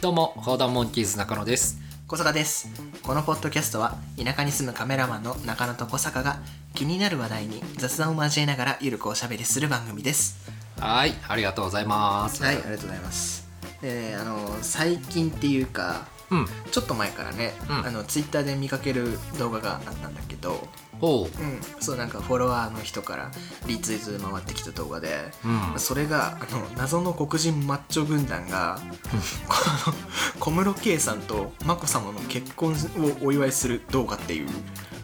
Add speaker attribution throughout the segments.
Speaker 1: どうも、報道モンキーズ中野です。
Speaker 2: 小坂ですこのポッドキャストは田舎に住むカメラマンの中野と小坂が気になる話題に雑談を交えながらゆるくおしゃべりする番組です
Speaker 1: はい、ありがとうございます。
Speaker 2: はいありがとうございますえーあの最近っていうか
Speaker 1: うん、
Speaker 2: ちょっと前からね、
Speaker 1: うん
Speaker 2: あのツイッターで見かける動画があったんだけど、
Speaker 1: ほ
Speaker 2: うん、そうなんかフォロワーの人からリツイート回ってきた動画で、
Speaker 1: うん
Speaker 2: それがあの謎の黒人マッチョ軍団がこの小室圭さんと眞子さまの結婚をお祝いする動画っていう、
Speaker 1: う、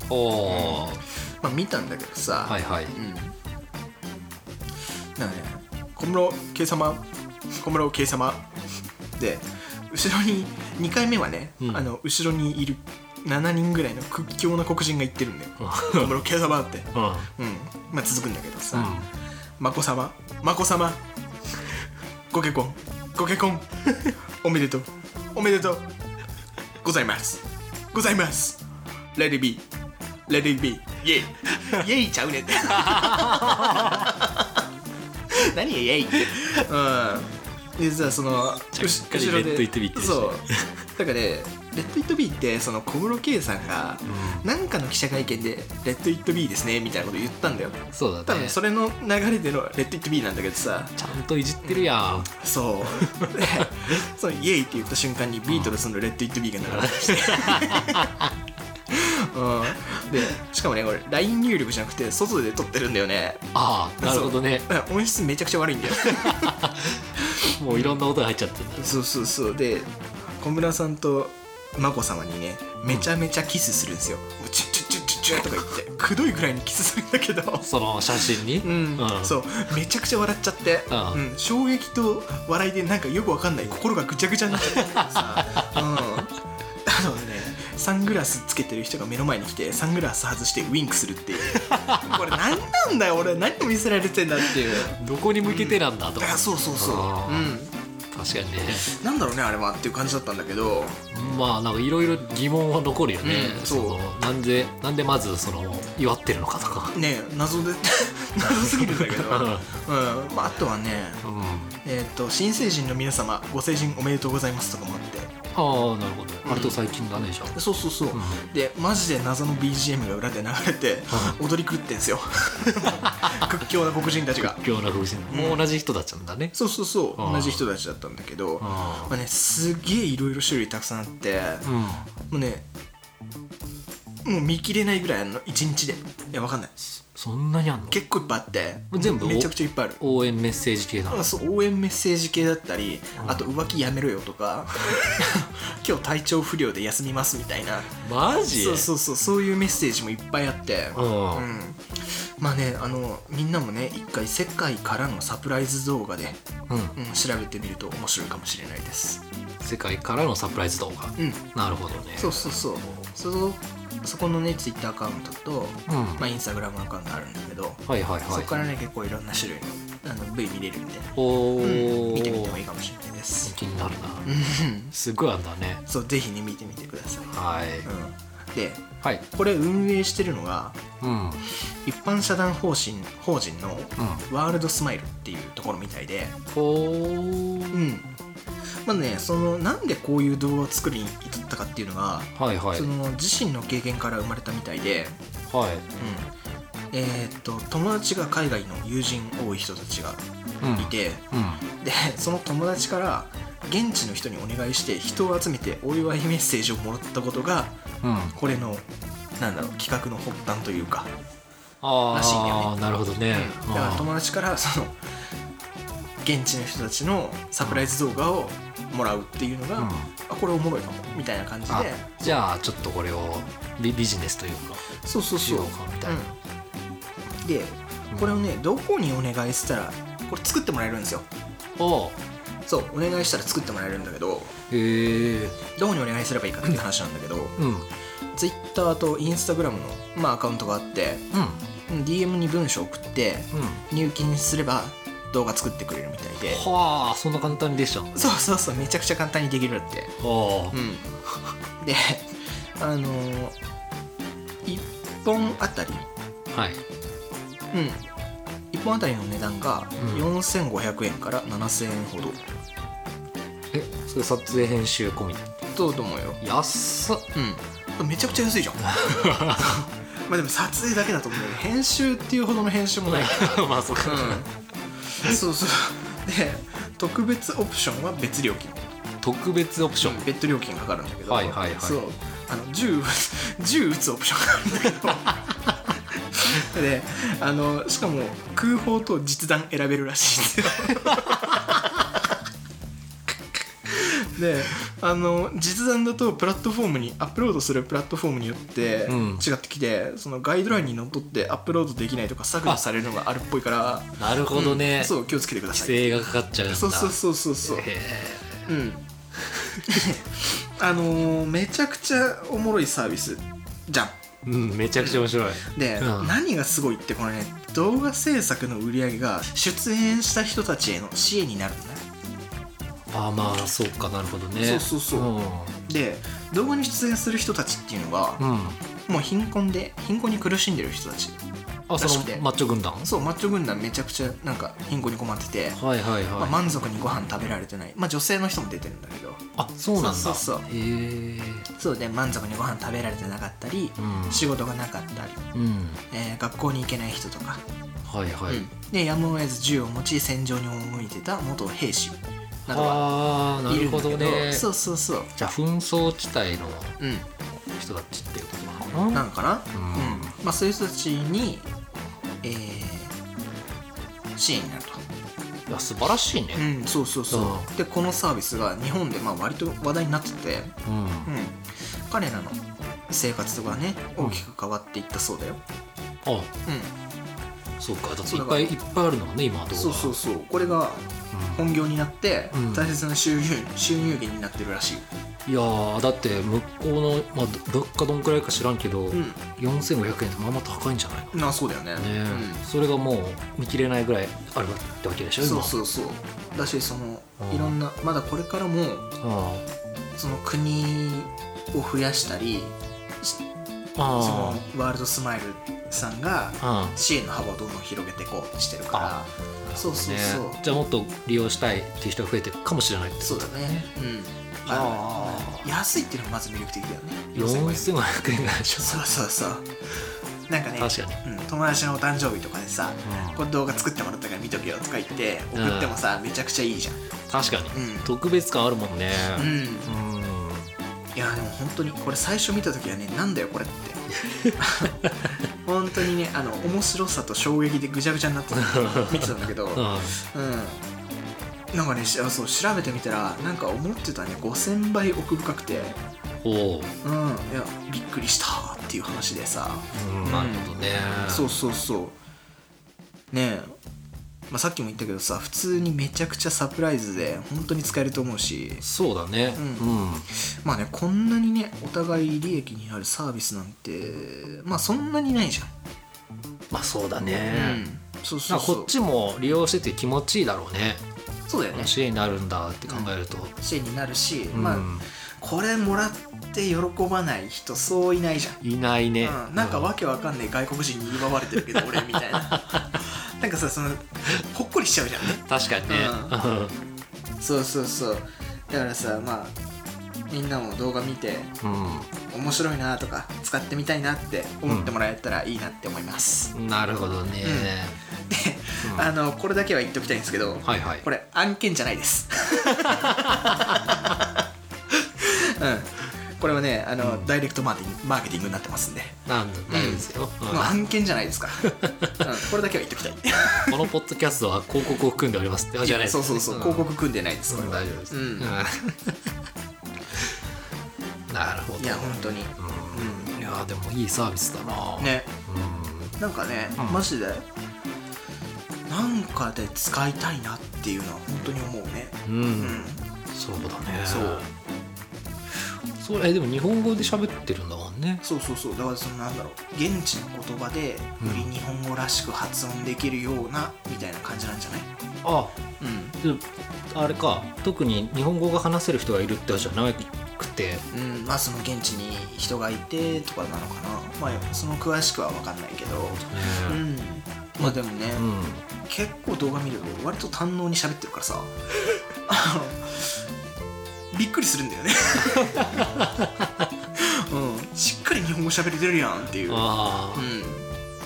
Speaker 1: ほう、
Speaker 2: まあ、見たんだけどさ、
Speaker 1: はいはい。
Speaker 2: うん、なんかね小室圭様小室圭様で後ろに2回目はね、
Speaker 1: うん
Speaker 2: あの後ろにいる7人ぐらいの屈強な黒人が言ってるんだよ小室圭様って。
Speaker 1: うん、うん、
Speaker 2: うん、まあ続くんだけどさ、眞子さま眞子さまご結婚ご結婚おめでとうおめでとうございますございますレディビーレディビーイェイイェイち ゃうねん何やイェイってうんでさその
Speaker 1: ちゃっかり
Speaker 2: 後ろで
Speaker 1: レッドイットビーって言うし
Speaker 2: そうだからねレッド・イット・ビーってその小室圭さんが何かの記者会見で「レッド・イット・ビーですね」みたいなこと言ったんだよ
Speaker 1: そう
Speaker 2: 多
Speaker 1: だね。
Speaker 2: 分そ
Speaker 1: ち
Speaker 2: れの流れでの「レッド・イット・ビー」なんだけどさ
Speaker 1: ゃんといじってるやん。
Speaker 2: そうで そのイエイって言った瞬間にビートルズの「レッド・イット・ビー」が流れて きてうん、でしかもねこれ LINE 入力じゃなくて外で撮ってるんだよね
Speaker 1: ああ、なるほどね。
Speaker 2: だから音質めちゃくちゃ悪いんだよ
Speaker 1: もういろんな音が入っちゃってるんだ。
Speaker 2: そうそうそうで小村さんと眞子さまにねめちゃめちゃキスするんですよ「チュッチュッチュッチュッチュッ」とか言ってくどいぐらいにキスするんだけど
Speaker 1: その写真に。
Speaker 2: うん
Speaker 1: う。
Speaker 2: そうめちゃくちゃ笑っちゃって、
Speaker 1: う
Speaker 2: うん衝撃と笑いでなんかよくわかんない心がぐちゃぐちゃになっちゃってさ、うん、あのねサングラスつけてる人が目の前に来てサングラス外してウインクするっていう これ何なんだよ俺何を見せられてんだっていう
Speaker 1: どこに向けてなんだと
Speaker 2: あ。そうそうそう
Speaker 1: あ
Speaker 2: う
Speaker 1: 確かにね。
Speaker 2: んなんだろうねあれはっていう感じだったんだけど
Speaker 1: まあ、なんかいろいろ疑問は残るよね
Speaker 2: う。ん
Speaker 1: そ
Speaker 2: そう
Speaker 1: のなんで、なんでまず、その祝ってるのかとか。
Speaker 2: ね謎で 謎すぎるんだけど、うん
Speaker 1: う
Speaker 2: まあ、あとはね
Speaker 1: ん。うん
Speaker 2: えっ、と新成人の皆様ご成人おめでとうございますとかもあって
Speaker 1: ああなるほど割と最近だねじゃ
Speaker 2: そうそうそう、
Speaker 1: ん
Speaker 2: でマジで謎の BGM が裏で流れて、踊り狂ってんす よ屈強な黒人たちが
Speaker 1: あ今日の風神もう同じ人たちなんだね
Speaker 2: そうそうそう
Speaker 1: あー
Speaker 2: 同じ人たちだったんだけどま
Speaker 1: あ
Speaker 2: あねすげえいろいろ種類たくさんあって
Speaker 1: あうん
Speaker 2: もうねもう見切れないぐらいあるの1日でいやわかんない
Speaker 1: そんなにあんの
Speaker 2: 結構いっぱいあって
Speaker 1: 全部
Speaker 2: めちゃくちゃいっぱいある
Speaker 1: 応援メッセージ系なの
Speaker 2: まあそう応援メッセージ系だったりあと浮気やめろよと か今日体調不良で休みますみたいな
Speaker 1: マ
Speaker 2: そうそうそうそういうメッセージもいっぱいあって
Speaker 1: うん
Speaker 2: うんまあねあのみんなもね一回世界からのサプライズ動画で、
Speaker 1: うん
Speaker 2: うん、調べてみると面白いかもしれないです
Speaker 1: 世界からのサプライズ動画
Speaker 2: うん
Speaker 1: なるほどね
Speaker 2: そうそうそうそそこのねツイッターアカウントと、
Speaker 1: うん
Speaker 2: まあ、インスタグラムアカウントあるんだけど、
Speaker 1: はいはい
Speaker 2: そこか
Speaker 1: はい
Speaker 2: らね結構いろんな種類のあの V 見れるんで、
Speaker 1: お
Speaker 2: うん
Speaker 1: お
Speaker 2: 見てみてもいいかもしれないです
Speaker 1: 気になるな
Speaker 2: うん
Speaker 1: すごいあんだね
Speaker 2: そうぜひね見てみてください、
Speaker 1: はい
Speaker 2: うん、で
Speaker 1: はい
Speaker 2: これ運営してるのが
Speaker 1: うんうん
Speaker 2: 一般社団法人法人のワールドスマイルっていうところみたいで、
Speaker 1: おー
Speaker 2: うんまあねそのなんでこういう動画を作りに至ったかっていうのが、
Speaker 1: はいはい
Speaker 2: その自身の経験から生まれたみたいで、
Speaker 1: はい
Speaker 2: うんえーっと友達が海外の友人多い人たちが
Speaker 1: うん
Speaker 2: いて、
Speaker 1: うん
Speaker 2: でその友達から現地の人にお願いして人を集めてお祝いメッセージをもらったことが
Speaker 1: うん
Speaker 2: これのなんだろう企画の発端というか、らしいんだよ
Speaker 1: ああ
Speaker 2: ね
Speaker 1: なるほどね
Speaker 2: うんだから友達からその現地の人たちのサプライズ動画をもらうっていうのが、
Speaker 1: うん
Speaker 2: あこれおもろいかもみたいな感じ
Speaker 1: あ
Speaker 2: で
Speaker 1: じゃあちょっとこれをビビジネスというか
Speaker 2: そうそう
Speaker 1: し
Speaker 2: そう
Speaker 1: ようかみたいな、
Speaker 2: うんでこれをねどこにお願いしたらこれ作ってもらえるんですよ
Speaker 1: おう
Speaker 2: そうお願いしたら作ってもらえるんだけど
Speaker 1: へえ
Speaker 2: どこにお願いすればいいかっていう話なんだけど
Speaker 1: うんうん
Speaker 2: Twitter と Instagram の、まあ、アカウントがあってうん DM に文章送って
Speaker 1: うん
Speaker 2: 入金すれば動画作ってくれるみたいで
Speaker 1: はあそんな簡単にでした
Speaker 2: そうそうそうめちゃくちゃ簡単にできるって
Speaker 1: は
Speaker 2: うん、であのー、1本あたり、
Speaker 1: あはい
Speaker 2: うん、1本あたりの値段が
Speaker 1: うん
Speaker 2: 4500円から7000円ほど、
Speaker 1: えそれ撮影編集込みで
Speaker 2: どうと思うよ
Speaker 1: 安 っ
Speaker 2: うんめちゃくちゃ 安いじゃんまあでも撮影だけだと思うんだけど編集っていうほどの編集もない
Speaker 1: まあそうか、
Speaker 2: うんそうそうで特別オプションは別料金
Speaker 1: 特別オプション、
Speaker 2: 別途料金がかかるんだけど、
Speaker 1: はいはいはい
Speaker 2: そうあの銃銃撃つオプションがあ るんだけどであのしかも空砲と実弾選べるらしいん だよであの実弾だとプラットフォームにアップロードするプラットフォームによって
Speaker 1: うん
Speaker 2: 違ってきて、そのガイドラインにのっとってアップロードできないとか削除されるのがあるっぽいから
Speaker 1: なるほどね、
Speaker 2: うんそう気をつけてくださ
Speaker 1: 規制
Speaker 2: い
Speaker 1: がかかっちゃうんだ
Speaker 2: そうそうそうそうそう
Speaker 1: へ
Speaker 2: うんあのーめちゃくちゃおもろいサービスじゃん
Speaker 1: えうんめちゃくちゃ面白い、
Speaker 2: で、
Speaker 1: うん
Speaker 2: 何がすごいってこれね動画制作の売り上げが出演した人たちへの支援になるんだね
Speaker 1: ああまあそうかなるほどね
Speaker 2: そうそうそうで動画に出演する人たちっていうのが
Speaker 1: う、ん、うん、
Speaker 2: もう貧困で貧困に苦しんでる人たち
Speaker 1: あそ
Speaker 2: らしくて
Speaker 1: のマッチョ軍団
Speaker 2: そうマッチョ軍団めちゃくちゃなんか貧困に困ってて、
Speaker 1: はいはいはい、
Speaker 2: まあ、満足にご飯食べられてないまあ女性の人も出てるんだけど
Speaker 1: あそうなんだ
Speaker 2: そうそうそ
Speaker 1: へ
Speaker 2: う
Speaker 1: え
Speaker 2: そうで満足にご飯食べられてなかったり、
Speaker 1: うん
Speaker 2: 仕事がなかったり
Speaker 1: うん
Speaker 2: えー学校に行けない人とか、
Speaker 1: はいはい、
Speaker 2: でやむを得ず銃を持ち戦場に赴いてた元兵士などが
Speaker 1: ああない
Speaker 2: る
Speaker 1: る
Speaker 2: んだ
Speaker 1: ほ
Speaker 2: けど
Speaker 1: どね
Speaker 2: そうそうそう
Speaker 1: じゃあ紛争地帯の
Speaker 2: う
Speaker 1: 人たちっていうことなの
Speaker 2: ん
Speaker 1: か
Speaker 2: な
Speaker 1: な
Speaker 2: のかな、
Speaker 1: う
Speaker 2: うん
Speaker 1: ん
Speaker 2: まあ、そういう人たちに、えー、支援になると、
Speaker 1: いや素晴らしいね
Speaker 2: うん、そうそうそう、
Speaker 1: う
Speaker 2: でこのサービスが日本でまあ割と話題になってて、
Speaker 1: うん、
Speaker 2: うん、彼らの生活とかね大きく変わっていったそうだよ、
Speaker 1: あ
Speaker 2: うん、
Speaker 1: そうかだって
Speaker 2: そう
Speaker 1: い
Speaker 2: だ
Speaker 1: っ
Speaker 2: か
Speaker 1: ぱ
Speaker 2: ら
Speaker 1: いいっぱいあるのがね今は動画
Speaker 2: そうそうそうこれが
Speaker 1: うん
Speaker 2: 本業になって
Speaker 1: うん
Speaker 2: 大切な収入収入源になってるらしい、
Speaker 1: いやーだって向こうの、まあ、ど物価どんくらいか知らんけど、
Speaker 2: うん
Speaker 1: 4500円ってまあまあ高いんじゃないの
Speaker 2: なそうだよね
Speaker 1: ね、それがもう見切れないぐらいあるってわけでし
Speaker 2: う
Speaker 1: ょ
Speaker 2: ん、そ
Speaker 1: 今
Speaker 2: うそうそうだしその
Speaker 1: うん
Speaker 2: いろんなまだこれからも
Speaker 1: あ
Speaker 2: その国を増やしたり
Speaker 1: あ
Speaker 2: そ
Speaker 1: あ
Speaker 2: のワールドスマイルさんが
Speaker 1: あうん
Speaker 2: 支援の幅をどんどん広げていこうとしてるか
Speaker 1: あ
Speaker 2: らそうそうそう、
Speaker 1: ねじゃあもっと利用したいっていう人が増えてるかもしれないってこ
Speaker 2: そう
Speaker 1: と
Speaker 2: だ
Speaker 1: だ
Speaker 2: ねうん
Speaker 1: あ
Speaker 2: あの安いっていうのがまず魅力的だよね4500
Speaker 1: 4500円ぐらいでしょ
Speaker 2: そうそうそうなんかね
Speaker 1: 確かに
Speaker 2: うん、友達のお誕生日とかでさ、
Speaker 1: うん
Speaker 2: この動画作ってもらったから見とけよとか言って送ってもさ、めちゃくちゃいいじゃん
Speaker 1: 確かに、
Speaker 2: うん
Speaker 1: 特別感あるもんね
Speaker 2: う
Speaker 1: う
Speaker 2: ん
Speaker 1: ん、
Speaker 2: いやでも本当にこれ最初見た時はねなんだよこれって 本当にねあの面白さと衝撃でぐちゃぐちゃになってた見てたんだけど、うん、
Speaker 1: うん
Speaker 2: なんかねしあそう調べてみたらなんか思ってたね5000倍奥深くて、
Speaker 1: おう、
Speaker 2: うん、いやびっくりしたっていう話でさ、
Speaker 1: うん、なるほどね、
Speaker 2: そうそうそうねえ、まあ、さっきも言ったけどさ普通にめちゃくちゃサプライズで本当に使えると思うし
Speaker 1: そうだね
Speaker 2: う
Speaker 1: うんん、
Speaker 2: まあねこんなにねお互い利益になるサービスなんてまあそんなにないじ
Speaker 1: まあそうだ
Speaker 2: ゃん、
Speaker 1: ね、
Speaker 2: うん、そうそ
Speaker 1: な
Speaker 2: うん
Speaker 1: かこ
Speaker 2: そ
Speaker 1: っ
Speaker 2: う
Speaker 1: ちも利用してて気持ちいいだろうね
Speaker 2: そうだよね
Speaker 1: 支援になるんだって考えると、
Speaker 2: 支援になるし、
Speaker 1: うん
Speaker 2: まあこれもらって喜ばない人そういないじゃん
Speaker 1: いないね、
Speaker 2: うん、なんかわけわかんない外国人に祝われてるけ ど俺みたいななんかさそのほっこりしちゃうじゃんね
Speaker 1: 確かにね、
Speaker 2: そうそうそうだからさまあみんなも動画見て
Speaker 1: う
Speaker 2: 面白いなとか使ってみたいなって思ってもらえたらいいなって思います、
Speaker 1: ん、なるほどね、
Speaker 2: で、
Speaker 1: うん
Speaker 2: あのこれだけは言っておきたいんですけど、
Speaker 1: はいはい
Speaker 2: これ案件じゃないです うんこれはねあの、ダイレクトマーティンマーケティングになってますんで、
Speaker 1: なんだ大丈夫ですよ、うん
Speaker 2: まあ案件じゃな いですから、うん、これだけは言っておきたい
Speaker 1: このポッドキャストは広告を組んでおりますってあじゃないです
Speaker 2: そう
Speaker 1: ね
Speaker 2: そうそう、
Speaker 1: ん
Speaker 2: 広告組んでないです
Speaker 1: う
Speaker 2: これ
Speaker 1: ん
Speaker 2: は、
Speaker 1: 大丈夫です、
Speaker 2: うん
Speaker 1: なるほど
Speaker 2: いや本当に、
Speaker 1: うんいやでもいいサービスだな、
Speaker 2: ね
Speaker 1: うん、
Speaker 2: なんかね、
Speaker 1: うん
Speaker 2: マジでなんかで使いたいなっていうのは本当に思うね
Speaker 1: うん
Speaker 2: うん
Speaker 1: そうだね
Speaker 2: そう
Speaker 1: それでも日本語で喋ってるんだもんね
Speaker 2: そうそうそうだからそのなんだろう現地の言葉でよ
Speaker 1: うん
Speaker 2: り日本語らしく発音できるようなみたいな感じなんじゃない
Speaker 1: あ
Speaker 2: うん
Speaker 1: であれか特に日本語が話せる人がいるってわけじゃなくて
Speaker 2: うん、まあその現地に人がいてとかなのかなまあその詳しくは分かんないけどう
Speaker 1: ね
Speaker 2: んまあでもね、
Speaker 1: うん
Speaker 2: 結構動画見ると割と堪能に喋ってるからさあの びっくりするんだよ ねうんしっかり日本語喋れてるやんっていううん
Speaker 1: ああ、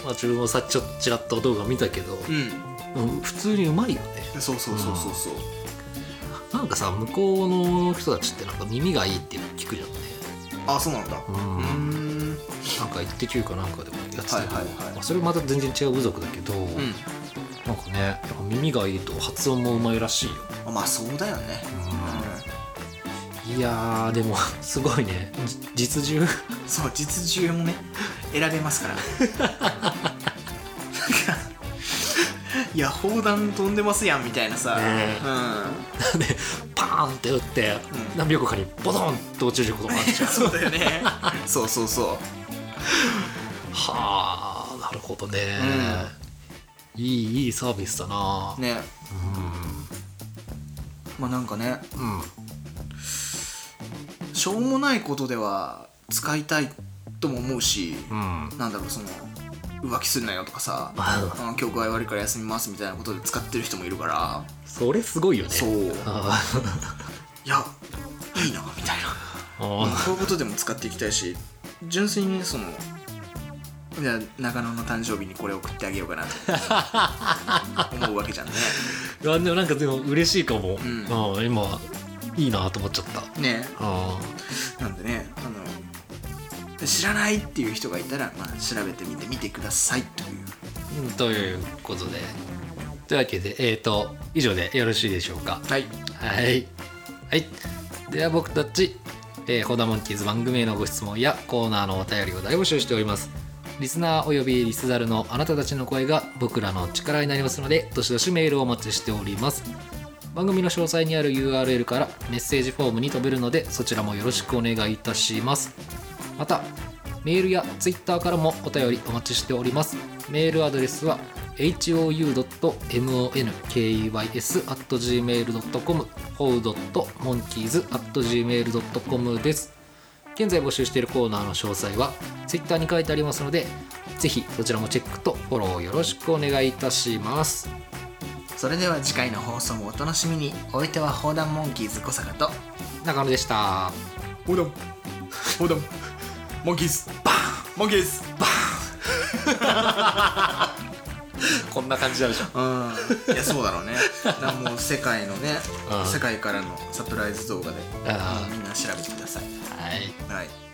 Speaker 1: まあ、自分もさちょっちらっと動画見たけど、
Speaker 2: うん
Speaker 1: うん普通にうまいよね
Speaker 2: そうそうそうそうそう
Speaker 1: なんかさ向こうの人たちってなんか耳がいいっていうの聞くじゃんね
Speaker 2: あそうなんだう
Speaker 1: うん
Speaker 2: ーん
Speaker 1: なんか「イッテ Q!」かなんかでもやってたけど、
Speaker 2: はいはいはい
Speaker 1: まあそれまた全然違う部族だけど、
Speaker 2: うん
Speaker 1: なんかねやっぱ耳がいいと発音もうまいらしいよ
Speaker 2: あまあそうだよね
Speaker 1: いやーでもすごいねじ実銃
Speaker 2: うんそう実銃もね選べますからなんかいや砲弾飛んでますやんみたいなさ、
Speaker 1: ねえ
Speaker 2: うん
Speaker 1: でパーンって打って、
Speaker 2: うん
Speaker 1: 何秒後かにボドンって落ちることがある じゃん
Speaker 2: そうだよねそうそうそ
Speaker 1: はあなるほどね、いいいいサービスだな
Speaker 2: うねまあなんかね
Speaker 1: うん、うん、
Speaker 2: しょうもないことでは使いたいとも思うし、
Speaker 1: うん
Speaker 2: なんだろうその浮気するなよとかさ
Speaker 1: あ
Speaker 2: あの今日具合悪いから休みますみたいなことで使ってる人もいるから
Speaker 1: それすごいよね
Speaker 2: そうい
Speaker 1: あ
Speaker 2: やいいなみたいな
Speaker 1: あ
Speaker 2: そういうことでも使っていきたいし純粋にねそのじゃあ中野の誕生日にこれ送ってあげようかな と思うわけじゃんね
Speaker 1: いやでもなんかでも嬉しいかも、
Speaker 2: ん
Speaker 1: ああ今いいなと思っちゃった
Speaker 2: ね
Speaker 1: あ
Speaker 2: なんでねあの知らないっていう人がいたら、まあ、調べてみてみてくださいという
Speaker 1: うんということでというわけでえっ、ー、と以上でよろしいでしょうか
Speaker 2: はい
Speaker 1: はい。はい。では僕たち、えー、ホーダモンキーズ番組へのご質問やコーナーのお便りを大募集しております。リスナーおよびリスザルのあなたたちの声が僕らの力になりますので、どしどしメールをお待ちしております。番組の詳細にある URL からメッセージフォームに飛べるので、そちらもよろしくお願いいたします。また、メールや Twitter からもお便りお待ちしております。メールアドレスは hou.monkeys.gmail.com how.monkeys.gmail.com です。現在募集しているコーナーの詳細は Twitter に書いてありますので、ぜひそちらもチェックとフォローよろしくお願いいたします。
Speaker 2: それでは次回の放送もお楽しみにお相手は砲弾モンキーズ小坂と
Speaker 1: 中野でした。
Speaker 2: 砲弾砲弾モンキーズバーンモンキーズバ
Speaker 1: こんな感じだでしょ。
Speaker 2: うんいやそうだろうねだからもう世界のね
Speaker 1: うん
Speaker 2: 世界からのサプライズ動画で
Speaker 1: あー
Speaker 2: みんな調べてください
Speaker 1: はい。
Speaker 2: はい